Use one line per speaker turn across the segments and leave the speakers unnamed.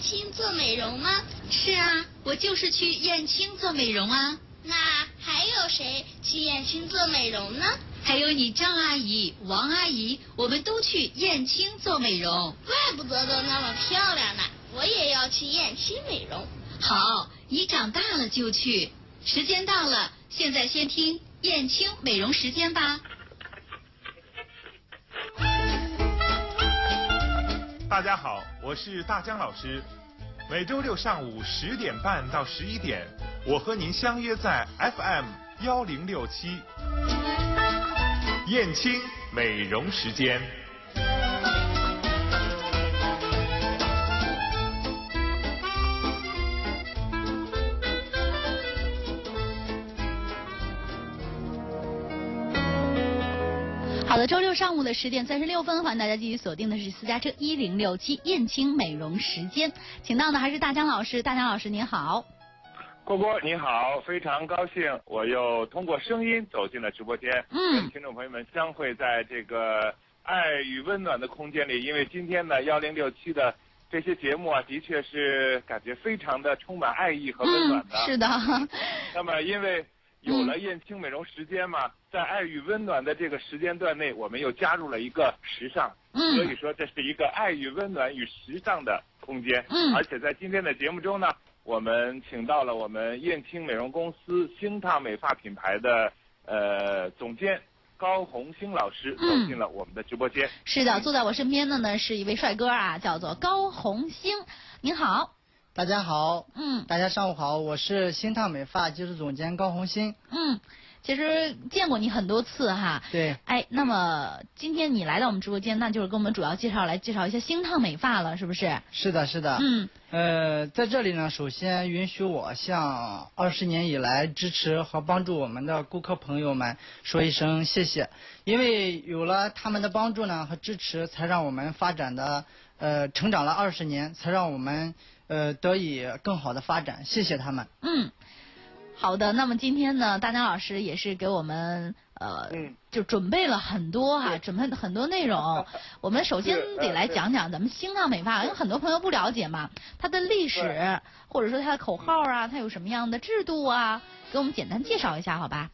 青做美容吗？
是啊，我就是去燕青做美容啊。
那还有谁去燕青做美容呢？
还有你张阿姨、王阿姨，我们都去燕青做美容。
怪不得都那么漂亮呢，我也要去燕青美容。
好，你长大了就去。时间到了，现在先听燕青美容时间吧。
大家好，我是大江老师。每周六上午十点半到十一点，我和您相约在 FM 幺零六七，燕青美容时间。
好的，周六上午的十点三十六分，欢迎大家继续锁定的是私家车一零六七燕青美容时间，请到的还是大江老师。大江老师您好，
郭郭你好，非常高兴，我又通过声音走进了直播间。
嗯
跟听众朋友们相会在这个爱与温暖的空间里，因为今天呢，幺零六七的这些节目啊，的确是感觉非常的充满爱意和温暖
嗯
的。，
是的，
那么，因为有了燕青美容时间嘛，在爱与温暖的这个时间段内，我们又加入了一个时尚，
嗯
所以说这是一个爱与温暖与时尚的空间。
嗯
而且在今天的节目中呢，我们请到了我们燕青美容公司星烫美发品牌的呃总监高红星老师走
嗯
进了我们的直播间。
是的，坐在我身边的呢是一位帅哥啊，叫做高红星，您好，
大家好，
嗯
大家上午好，我是新烫美发技术总监高红星。
嗯，其实见过你很多次哈。
对，
哎，那么今天你来到我们直播间，那就是跟我们主要介绍来介绍一下星烫美发了，是不是？
是的，是的。
嗯
呃，在这里呢，首先允许我向二十年以来支持和帮助我们的顾客朋友们说一声谢谢，因为有了他们的帮助呢和支持，才让我们发展的呃成长了二十年，才让我们呃得以更好的发展，谢谢他们。
嗯，好的。那么今天呢，大江老师也是给我们呃，
嗯
就准备了很多哈、准备了很多内容。我们首先
是
得来
嗯对
讲讲咱们新浪美发，因为很多朋友不了解嘛，它的历史
对
或者说它的口号啊，它有什么样的制度啊，给我们简单介绍一下好吧？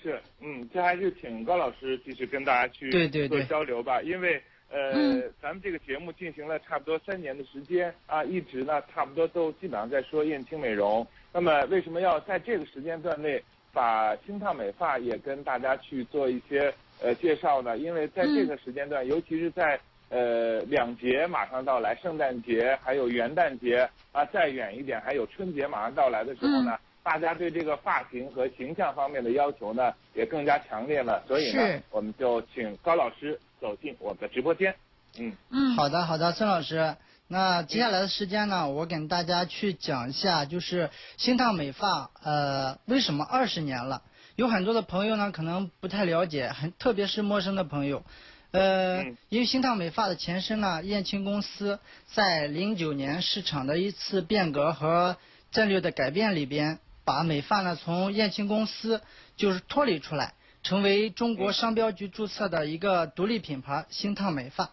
是，嗯，这还是请高老师继续跟大家去
对对
做
对
交流吧，因为呃，
嗯
咱们这个节目进行了差不多三年的时间啊，一直呢差不多都基本上在说燕青美容。那么为什么要在这个时间段内把新烫美发也跟大家去做一些呃介绍呢？因为在这
嗯
个时间段，尤其是在呃两节马上到来，圣诞节还有元旦节啊，再远一点还有春节马上到来的时候呢。
嗯
大家对这个发型和形象方面的要求呢，也更加强烈了。所以呢
是，
我们就请高老师走进我们的直播间。嗯，
嗯，
好的，好的，孙老师。那接下来的时间呢，我给大家去讲一下，就是新烫美发，呃，为什么二十年了？有很多的朋友呢，可能不太了解，很特别是陌生的朋友。呃
嗯，
因为新烫美发的前身呢，燕青公司在零九年市场的一次变革和战略的改变里边，把美发呢从燕青公司就是脱离出来，成为中国商标局注册的一个独立品牌新烫美发。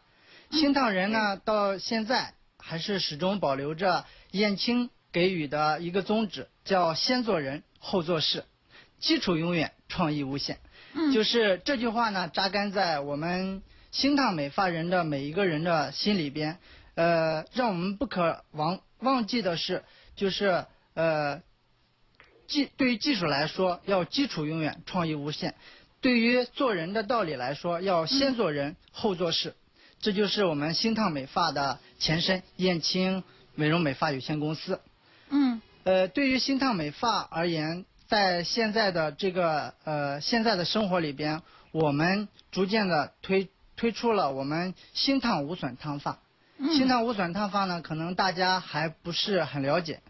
新烫人呢，到现在还是始终保留着燕青给予的一个宗旨，叫先做人后做事，基础永远，创意无限。
嗯，
就是这句话呢，扎根在我们新烫美发人的每一个人的心里边。呃，让我们不可忘忘记的是，就是呃，技对于技术来说，要基础永远，创意无限；对于做人的道理来说，要先做人、后做事。这就是我们新烫美发的前身燕青美容美发有限公司。
嗯
呃，对于新烫美发而言，在现在的这个呃现在的生活里边，我们逐渐的推推出了我们新烫无损烫发。
嗯
新烫无损烫发呢，可能大家还不是很了解。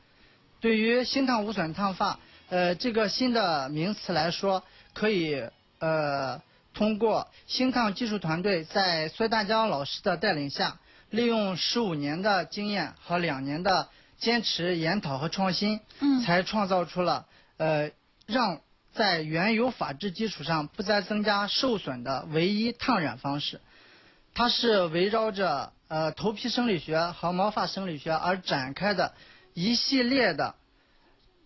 对于新烫无损烫发，呃，这个新的名词来说，可以呃通过新烫技术团队在孙大江老师的带领下，利用十五年的经验和两年的坚持研讨和创新，
嗯
才创造出了呃让在原有法制基础上不再增加受损的唯一烫染方式。它是围绕着呃头皮生理学和毛发生理学而展开的一系列的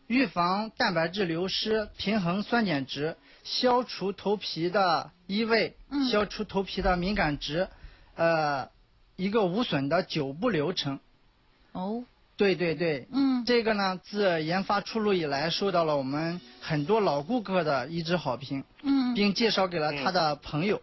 预防蛋白质流失、平衡酸碱值、消除头皮的异味、
嗯
消除头皮的敏感值，呃，一个无损的九步流程。
哦，
对对对，
嗯，
这个呢，自研发出炉以来，受到了我们很多老顾客的一致好评，
嗯，
并介绍给了他的朋友。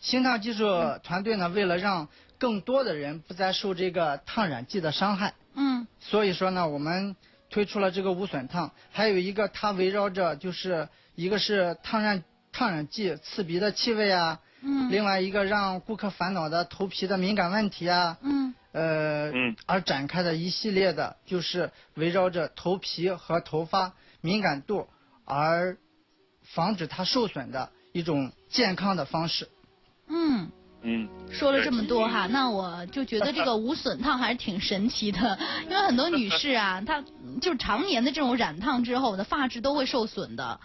新烫技术
嗯
团队呢，为了让更多的人不再受这个烫染剂的伤害，
嗯，
所以说呢，我们推出了这个无损烫，还有一个它围绕着就是一个是烫染烫染剂刺鼻的气味啊，
嗯，
另外一个让顾客烦恼的头皮的敏感问题啊，
嗯，
呃，
嗯
而展开的一系列的，就是围绕着头皮和头发敏感度而防止它受损的一种健康的方式。
嗯。
嗯，
说了这么多哈，那我就觉得这个无损烫还是挺神奇的，因为很多女士啊，她就是常年的这种染烫之后呢，发质都会受损的。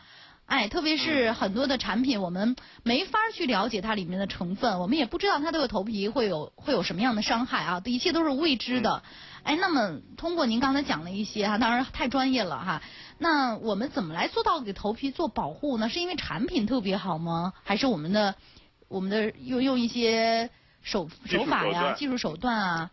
哎，特别是很多的产品，我们没法去了解它里面的成分，我们也不知道它对头皮会有会有什么样的伤害啊，一切都是未知的。哎，那么通过您刚才讲了一些哈、当然太专业了哈。那我们怎么来做到给头皮做保护呢？是因为产品特别好吗？还是我们的我们的用用一些手
技
手
术
法
手
呀、
段
技术手段啊，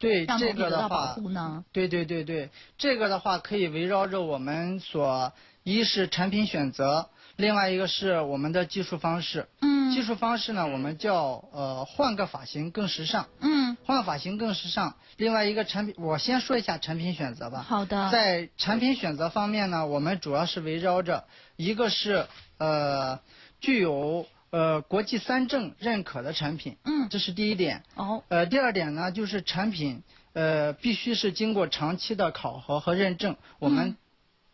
对
让头
这
皮得
个
到
的
保
话，
护呢？
对对对对，这个的话可以围绕着我们所一是产品选择，另外一个是我们的技术方式。
嗯，
技术方式呢，我们叫呃换个发型更时尚，
嗯，
换发型更时尚。另外一个产品，我先说一下产品选择吧。
好的，
在产品选择方面呢，我们主要是围绕着一个是呃具有呃国际三证认可的产品，
嗯，
这是第一点。
哦，
呃，第二点呢，就是产品呃必须是经过长期的考核和认证，我
嗯
们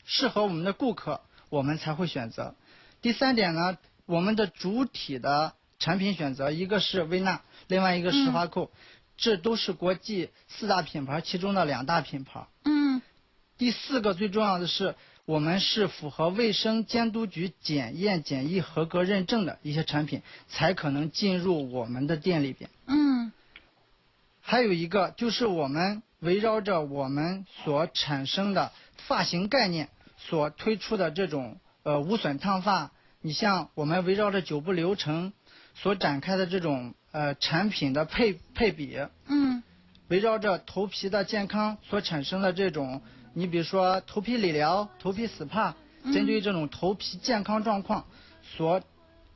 适合我们的顾客，我们才会选择。第三点呢，我们的主体的产品选择，一个是薇娜，另外一个是
嗯
花蔻，这都是国际四大品牌其中的两大品牌。
嗯
第四个最重要的是，我们是符合卫生监督局检验检疫合格认证的一些产品，才可能进入我们的店里边。
嗯
还有一个就是我们围绕着我们所产生的发型概念所推出的这种呃无损烫发，你像我们围绕着九步流程所展开的这种呃产品的配配比，
嗯
围绕着头皮的健康所产生的这种，你比如说头皮理疗、头皮 SPA，
嗯
针对这种头皮健康状况所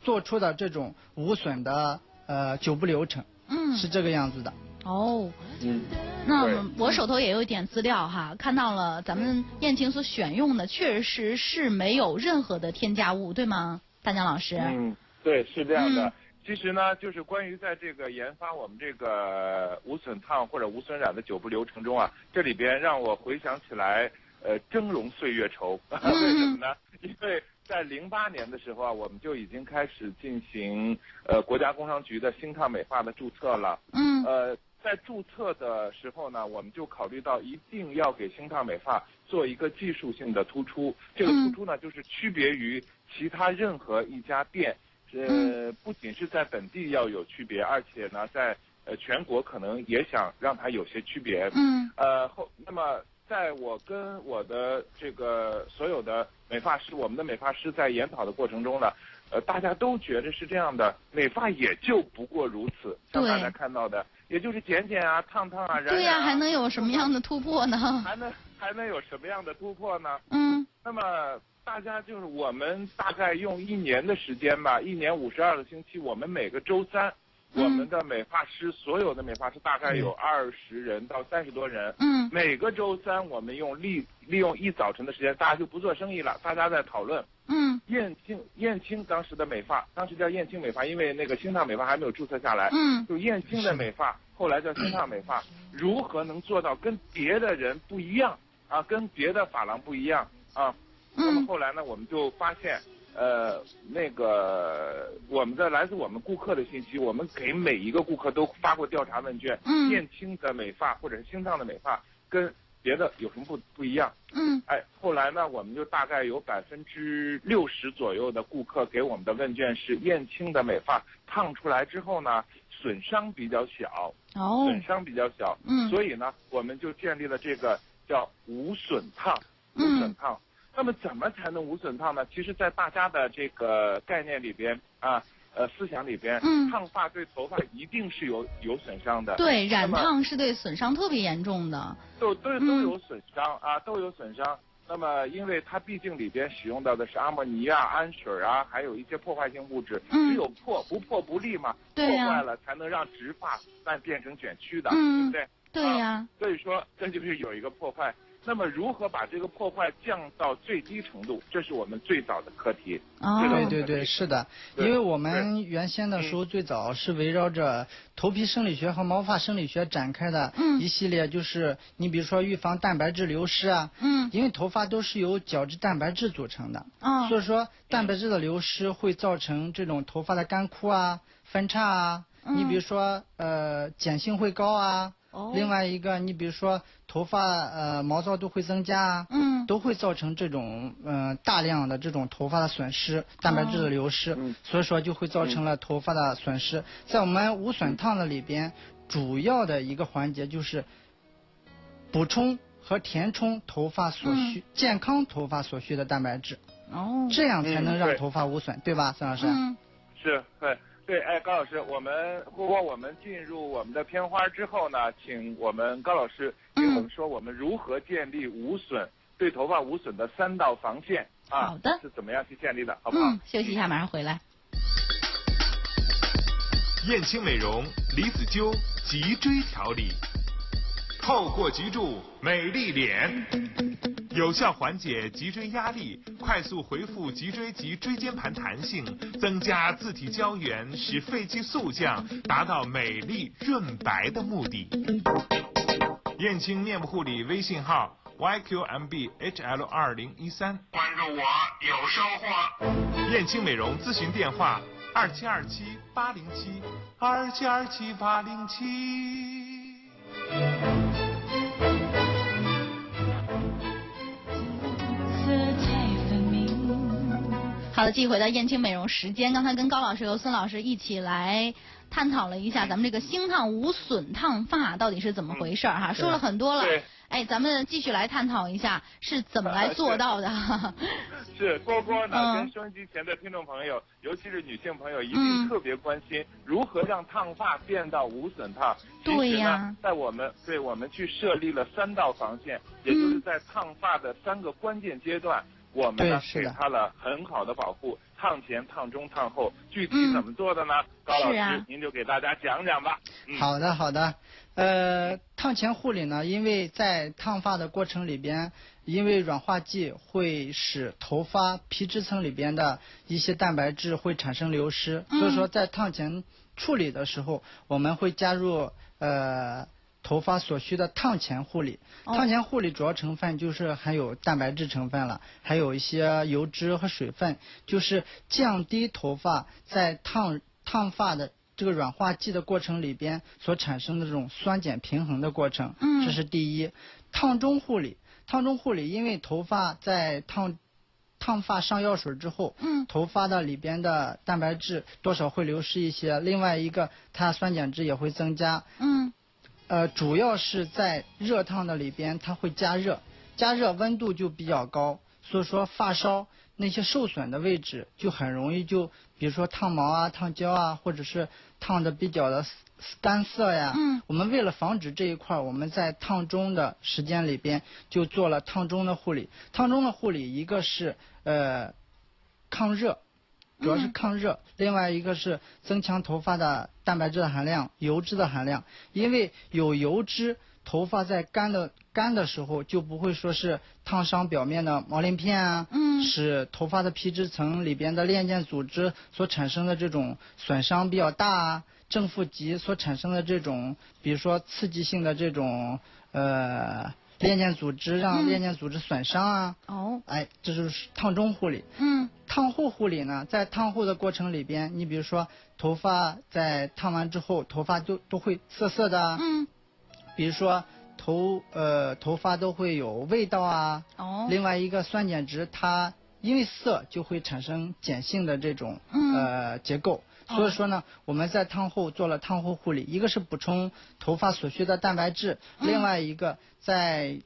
做出的这种无损的呃九步流程
嗯，
是这个样子的。
哦。
嗯，
那
对
我我手头也有一点资料哈，看到了咱们燕青所选用的确实是没有任何的添加物，对吗？大江老师，
嗯，对，是这样的。
啊嗯
其实呢，就是关于在这个研发我们这个无损烫或者无损染的九步流程中啊，这里边让我回想起来，呃，峥嵘岁月 稠。
嗯
为什么呢？因为在零八年的时候啊，我们就已经开始进行呃国家工商局的星烫美发的注册了。
嗯
呃，在注册的时候呢，我们就考虑到一定要给星烫美发做一个技术性的突出。这个突出呢，就是区别于其他任何一家店，呃，不仅是在本地要有区别，而且呢，在呃全国可能也想让它有些区别。
嗯
呃，后那么在我跟我的这个所有的美发师，我们的美发师在研讨的过程中呢，呃，大家都觉得是这样的，美发也就不过如此，像
对
大家看到的，也就是剪剪啊、烫烫啊、染染啊
对呀、还能有什么样的突破呢？
还能还能有什么样的突破呢？
嗯
那么大家就是我们大概用一年的时间吧，一年五十二个星期，我们每个周三，
嗯
我们的美发师所有的美发师大概有二十人到三十多人。
嗯
每个周三，我们用利利用一早晨的时间，大家就不做生意了，大家在讨论
嗯
燕青燕青当时的美发，当时叫燕青美发，因为那个星烫美发还没有注册下来，
嗯
就燕青的美发，后来叫星烫美发，如何能做到跟别的人不一样啊，跟别的发廊不一样啊？那么
嗯
后来呢，我们就发现，呃，那个我们的来自我们顾客的信息，我们给每一个顾客都发过调查问卷，
嗯
燕青的美发或者是星烫的美发跟别的有什么不不一样？
嗯
哎，后来呢，我们就大概有百分之六十左右的顾客给我们的问卷是燕青的美发烫出来之后呢，损伤比较小，
哦，
损伤比较小，
嗯
所以呢，我们就建立了这个叫无损烫，无
嗯
损烫。那么怎么才能无损烫呢？其实，在大家的这个概念里边啊，呃，思想里边，
嗯
烫发对头发一定是有有损伤的，
对，染
那么
烫是对损伤特别严重的。
都都
嗯
都有损伤啊，都有损伤。那么，因为它毕竟里边使用到的是阿莫尼亚、氨水啊，还有一些破坏性物质，
嗯
只有破不破不立嘛，
对呀
破坏了才能让直发但变成卷曲的，
嗯
对不
对
啊
呀，
对？所以说，这就是有一个破坏。那么，如何把这个破坏降到最低程度，这是我们最早的课题。
哦，
这
对
个
对对，是的，因
对
为我们原先
嗯
的时候最早是围绕着头皮生理学和毛发生理学展开的
嗯
一系列，就是你比如说预防蛋白质流失啊，
嗯，
因为头发都是由角质蛋白质组成的，
哦，
所以说蛋白质的流失会造成这种头发的干枯啊、分叉啊，你比如说呃碱性会高啊，
嗯哦
另，外一个你比如说头发呃毛躁度会增加啊，
嗯，
都会造成这种嗯、呃大量的这种头发的损失、蛋白质的流失，
嗯
所以说就会造成了头发的损失。在我们无损烫的里边，主要的一个环节就是补充和填充头发所
嗯
需、健康头发所需的蛋白质，
哦，
这样才能
嗯
让
对
头发无损，对吧，孙老师？
嗯，
是，对对，哎，高老师，我们不过我们进入我们的片花之后呢，请我们高老师给
嗯
我们说我们如何建立无损、对头发无损的三道防线啊，
好的
是怎么样去建立的，好不好？
嗯，休息一下，马上回来。
燕青美容离子灸脊椎调理，透过脊柱美丽脸，有效缓解脊椎压力，快速恢复脊椎及椎间盘弹性，增加自体胶原，使肺气速降，达到美丽润白的目的。燕青面部护理微信号：yqmbhl 二零一三。
关注我，有收获。
燕青美容咨询电话：二七二七八零七，二七二七八零七。
好的，继续回到燕青美容时间。刚才跟高老师和孙老师一起来探讨了一下咱们这个星烫无损烫发到底是怎么回事儿哈，说了很多了
对。
哎，咱们继续来探讨一下是怎么来做到的。
是郭郭呢，
嗯
跟收音机前的听众朋友，尤其是女性朋友，一
嗯
定特别关心如何让烫发变到无损烫。其
对
实呢
呀
在我们对我们去设立了三道防线，也就是
嗯
在烫发的三个关键阶段，我们
对
呢
是
给
的
它了很好的保护，烫前、烫中、烫后，具
嗯
体怎么做的呢？高老
是
师、
啊
您就给大家讲讲吧。嗯、，
好的，好的。呃，烫前护理呢，因为在烫发的过程里边，因为软化剂会使头发皮质层里边的一些蛋白质会产生流失，所以说在烫前处理的时候，我们会加入呃头发所需的烫前护理。
哦
烫前护理主要成分就是含有蛋白质成分了，还有一些油脂和水分，就是降低头发在烫烫发的这个软化剂的过程里边所产生的这种酸碱平衡的过程。
嗯
这是第一。烫中护理，烫中护理，因为头发在烫烫发上药水之后，
嗯
头发的里边的蛋白质多少会流失一些，另外一个它的酸碱值也会增加。
嗯
呃，主要是在热烫的里边，它会加热，加热温度就比较高，所以说发梢那些受损的位置就很容易就，比如说烫毛啊、烫焦啊，或者是烫的比较的干涩呀。
嗯
我们为了防止这一块儿，我们在烫中的时间里边就做了烫中的护理。烫中的护理，一个是呃抗热，主要是
嗯
抗热，另外一个是增强头发的蛋白质的含量、油脂的含量，因为有油脂，头发在干的干的时候就不会说是烫伤表面的毛鳞片啊，
嗯
使头发的皮质层里边的链腱组织所产生的这种损伤比较大啊，正负极所产生的这种，比如说刺激性的这种呃链腱组织让
嗯
链腱组织损伤啊，
哦
哎，这就是烫中护理。
嗯
烫后护理呢，在烫后的过程里边，你比如说头发在烫完之后，头发就都会涩涩的啊，
嗯
比如说头呃头发都会有味道啊。
哦
另外一个酸碱值它因为涩就会产生碱性的这种
嗯哦
呃结构，所以说呢，我们在烫后做了烫后护理，一个是补充头发所需的蛋白质，
嗯
另外一个在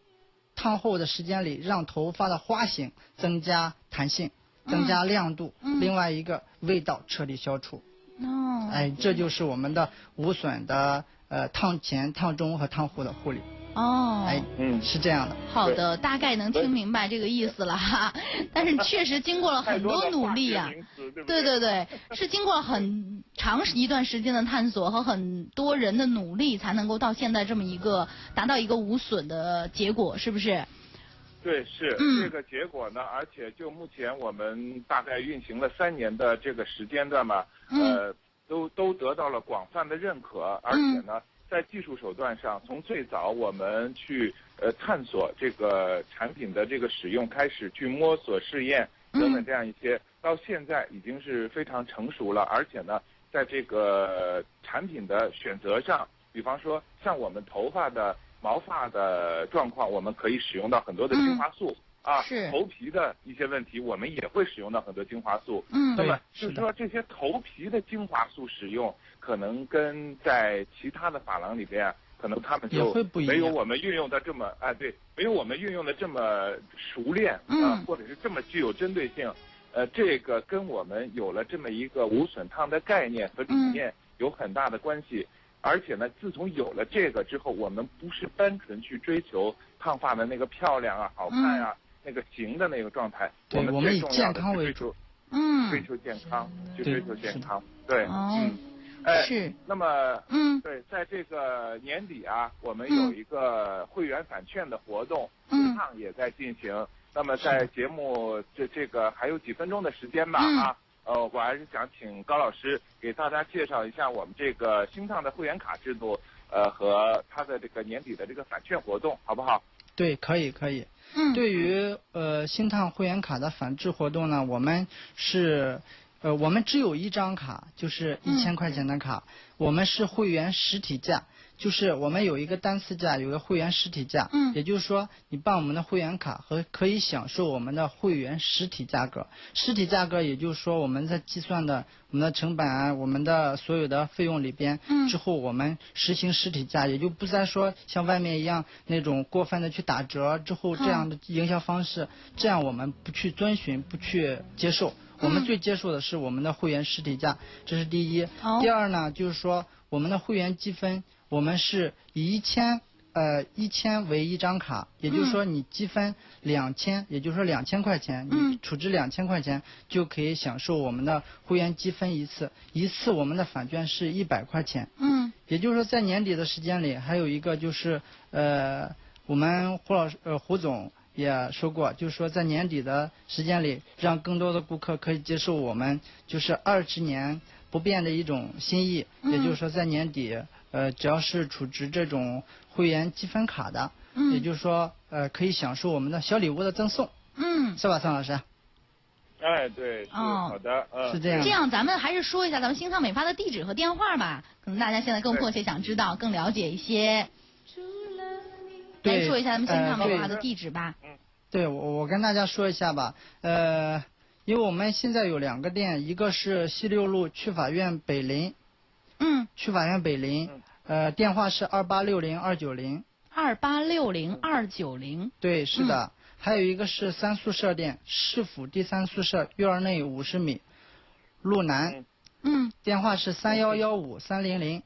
烫后的时间里让头发的花型增加弹性，增加亮度，
嗯
另外一个味道彻底消除。
哦，
哎，这就是我们的无损的呃烫前、烫中和烫后的护理。
哦，
哎，
嗯
是这样的。
好的，大概能听明白这个意思了哈。但是确实经过了
太
很多
的
努
化
力
学
啊，
名词对不
对对
对
对，是经过很长一段时间的探索和很多人的努力，才能够到现在这么一个达到一个无损的结果，是不是？
对，是
嗯
这个结果呢，而且就目前我们大概运行了三年的这个时间段吧，呃，都都得到了广泛的认可，而且呢，在技术手段上，从最早我们去呃探索这个产品的这个使用开始，去摸索试验等等这样一些，到现在已经是非常成熟了，而且呢，在这个产品的选择上，比方说像我们头发的毛发的状况，我们可以使用到很多的精华素、啊，
是
头皮的一些问题，我们也会使用到很多精华素。
嗯
那么
对
就是是
的
说，这些头皮的精华素使用，可能跟在其他的发廊里边，可能他们
也
就
会不一样
没有我们运用的这么啊，对，没有我们运用的这么熟练啊
嗯，
或者是这么具有针对性。呃，这个跟我们有了这么一个无损烫的概念和理念
嗯
有很大的关系。而且呢，自从有了这个之后，我们不是单纯去追求烫发的那个漂亮啊、好看啊、那个型的那个状态，
嗯对
们
我们
最
以
重
健
要的
康
是
为
追
主
求
嗯，
追求健康，去
对
追求健
是的
康，对，
哦，
哎，
是，
那么。
嗯
对，在这个年底啊，我们
嗯
有一个会员返券的活动，
嗯
实烫也在进行。那么在节目这这个还有几分钟的时间吧
嗯
啊，呃，我还是想请高老师给大家介绍一下我们这个新烫的会员卡制度，呃，和它的这个年底的这个返券活动，好不好？
对，可以，可以。
嗯，
对于呃新烫会员卡的返制活动呢，我们是呃我们只有一张卡，就是一千块钱的
嗯
卡，我们是会员实体价，就是我们有一个单次价，有个会员实体价，
嗯
也就是说你办我们的会员卡和可以享受我们的会员实体价格，实体价格也就是说我们在计算的我们的成本啊，我们的所有的费用里边，
嗯
之后我们实行实体价，也就不再说像外面一样那种过分的去打折，之后这样的营销方式，这样我们不去遵循，不去接受。我们最接受的是我们的会员实体价，这是第一。
哦
第二呢，就是说我们的会员积分，我们是以一千呃一千为一张卡，也就是说你积分两千，也就是说两千块钱，
嗯
你储值两千块钱就可以享受我们的会员积分一次，一次我们的返券是一百块钱。
嗯
也就是说，在年底的时间里，还有一个就是，呃，我们胡老师呃胡总也说过，就是说在年底的时间里，让更多的顾客可以接受我们就是二十年不变的一种心意。
嗯
也就是说，在年底，呃，只要是储值这种会员积分卡的，也
嗯
就是说，呃，可以享受我们的小礼物的赠送，
嗯，
是吧，孙老师？
哎，对，是、
哦
好的，嗯，
是这样
这样咱们还是说一下咱们新烫美发的地址和电话吧，可能大家现在更迫切想知道，更了解一些。来
对
说一下咱们新烫
呃
美
对
发的地址吧。
对，我我跟大家说一下吧，呃，因为我们现在有两个店，一个是西六路区法院北临，
嗯，
区法院北临
嗯，
呃，电话是二八六零二九零，
二八六零二九零。
对，是
嗯
的，还有一个是三宿舍店，市府第三宿舍院儿内五十米，路南，
嗯
嗯，
电话是三幺幺五三零零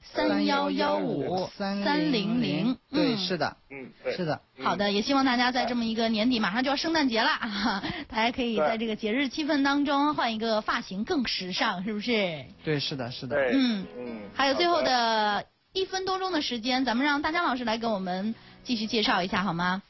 三幺幺五
三
零零。
对，
嗯
是的，
嗯，对，
是的，
嗯
好的，也希望大家在这么一个年底，马上就要圣诞节了，啊大家可以在这个节日气氛当中换一个发型更时尚，是不是？
对，是的，是的，
对，
嗯，
嗯，
还有最
好
后
的
的一分多钟的时间，咱们让大江老师来给我们继续介绍一下好吗？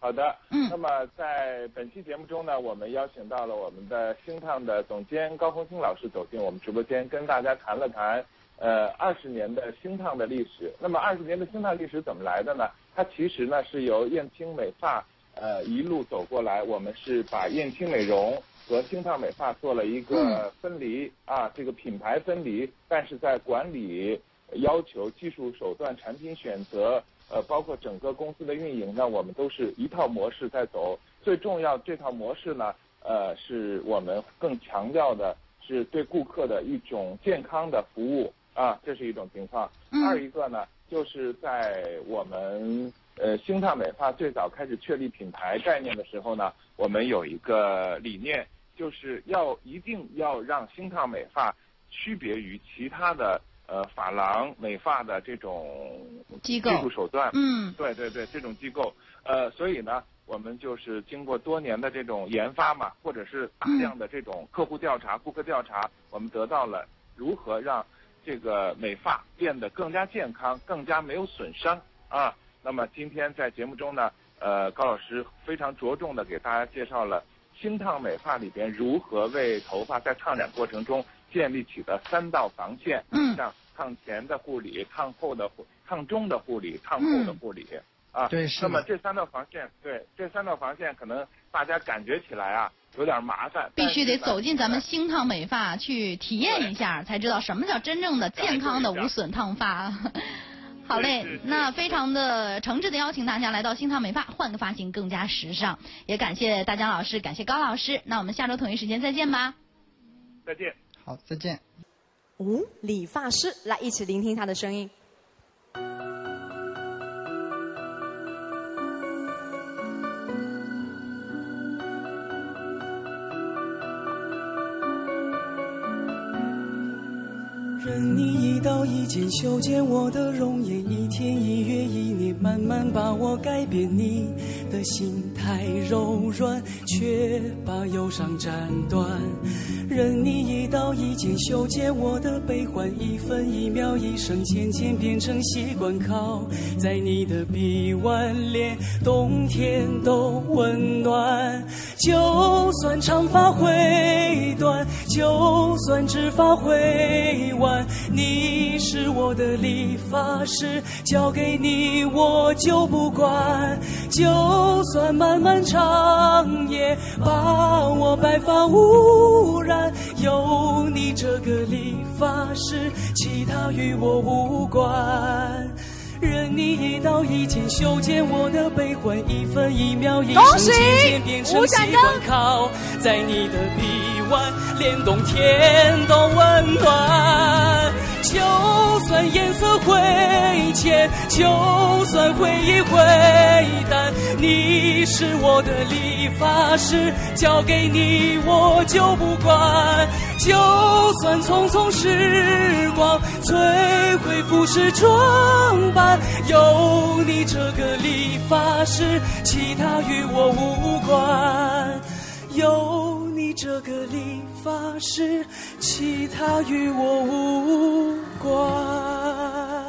好的，
嗯
那么在本期节目中呢，我们邀请到了我们的星烫的总监高红星老师走进我们直播间，跟大家谈了谈，呃，二十年的星烫的历史。那么二十年的星烫历史怎么来的呢？它其实呢是由燕青美发呃一路走过来，我们是把燕青美容和星烫美发做了一个分离、啊，这个品牌分离，但是在管理要求、技术手段、产品选择，呃，包括整个公司的运营呢，我们都是一套模式在走。最重要，这套模式呢，呃，是我们更强调的是对顾客的一种健康的服务啊，这是一种情况。
嗯
二一个呢，就是在我们呃星烫美发最早开始确立品牌概念的时候呢，我们有一个理念，就是要一定要让星烫美发区别于其他的呃发廊美发的这种
机
技
构
术手段。
嗯
对对对，这种机构，呃，所以呢，我们就是经过多年的这种研发嘛，或者是
嗯
大量的这种客户调查、顾客调查，我们得到了如何让这个美发变得更加健康、更加没有损伤啊。那么今天在节目中呢，呃，高老师非常着重的给大家介绍了清烫美发里边如何为头发在烫染过程中建立起的三道防线。
嗯
像烫前的护理、烫后的护、烫中的护理、烫后的护理、啊。
嗯对是的
那么这三道防线，对这三道防线，可能大家感觉起来啊有点麻烦，
必须得
但是呢
走进咱们星烫美发去体验一下，才知道什么叫真正的健康的无损烫发。好嘞
是是，
那非常的诚挚的邀请大家来到星烫美发，换个发型更加时尚。也感谢大江老师，感谢高老师。那我们下周同一时间再见吧。
再见。
好，再见。
吴理发师，来一起聆听他的声音。
任你一刀一剪修剪我的容颜，一天一月一年，慢慢把我改变。你的心太柔软，却把忧伤斩断。任你一刀一剪修剪我的悲欢，一分一秒一生渐渐变成习惯，靠在你的臂弯，连冬天都温暖。就算长发会短，就算直发会弯，你是我的理发师，交给你我就不管。就算漫漫长夜把我白发污染，有你这个理发师，其他与我无关。任你一刀一剪修剪我的悲欢，一分一秒一
恭喜
生渐渐变成习惯，靠在你的臂弯，连冬天都温暖。就算颜色会浅，就算回忆会淡，你是我的理发师，交给你我就不管。就算匆匆时光摧毁浮世装扮，有你这个理发师，其他与我无关。有你这个理发师，其他与我无关。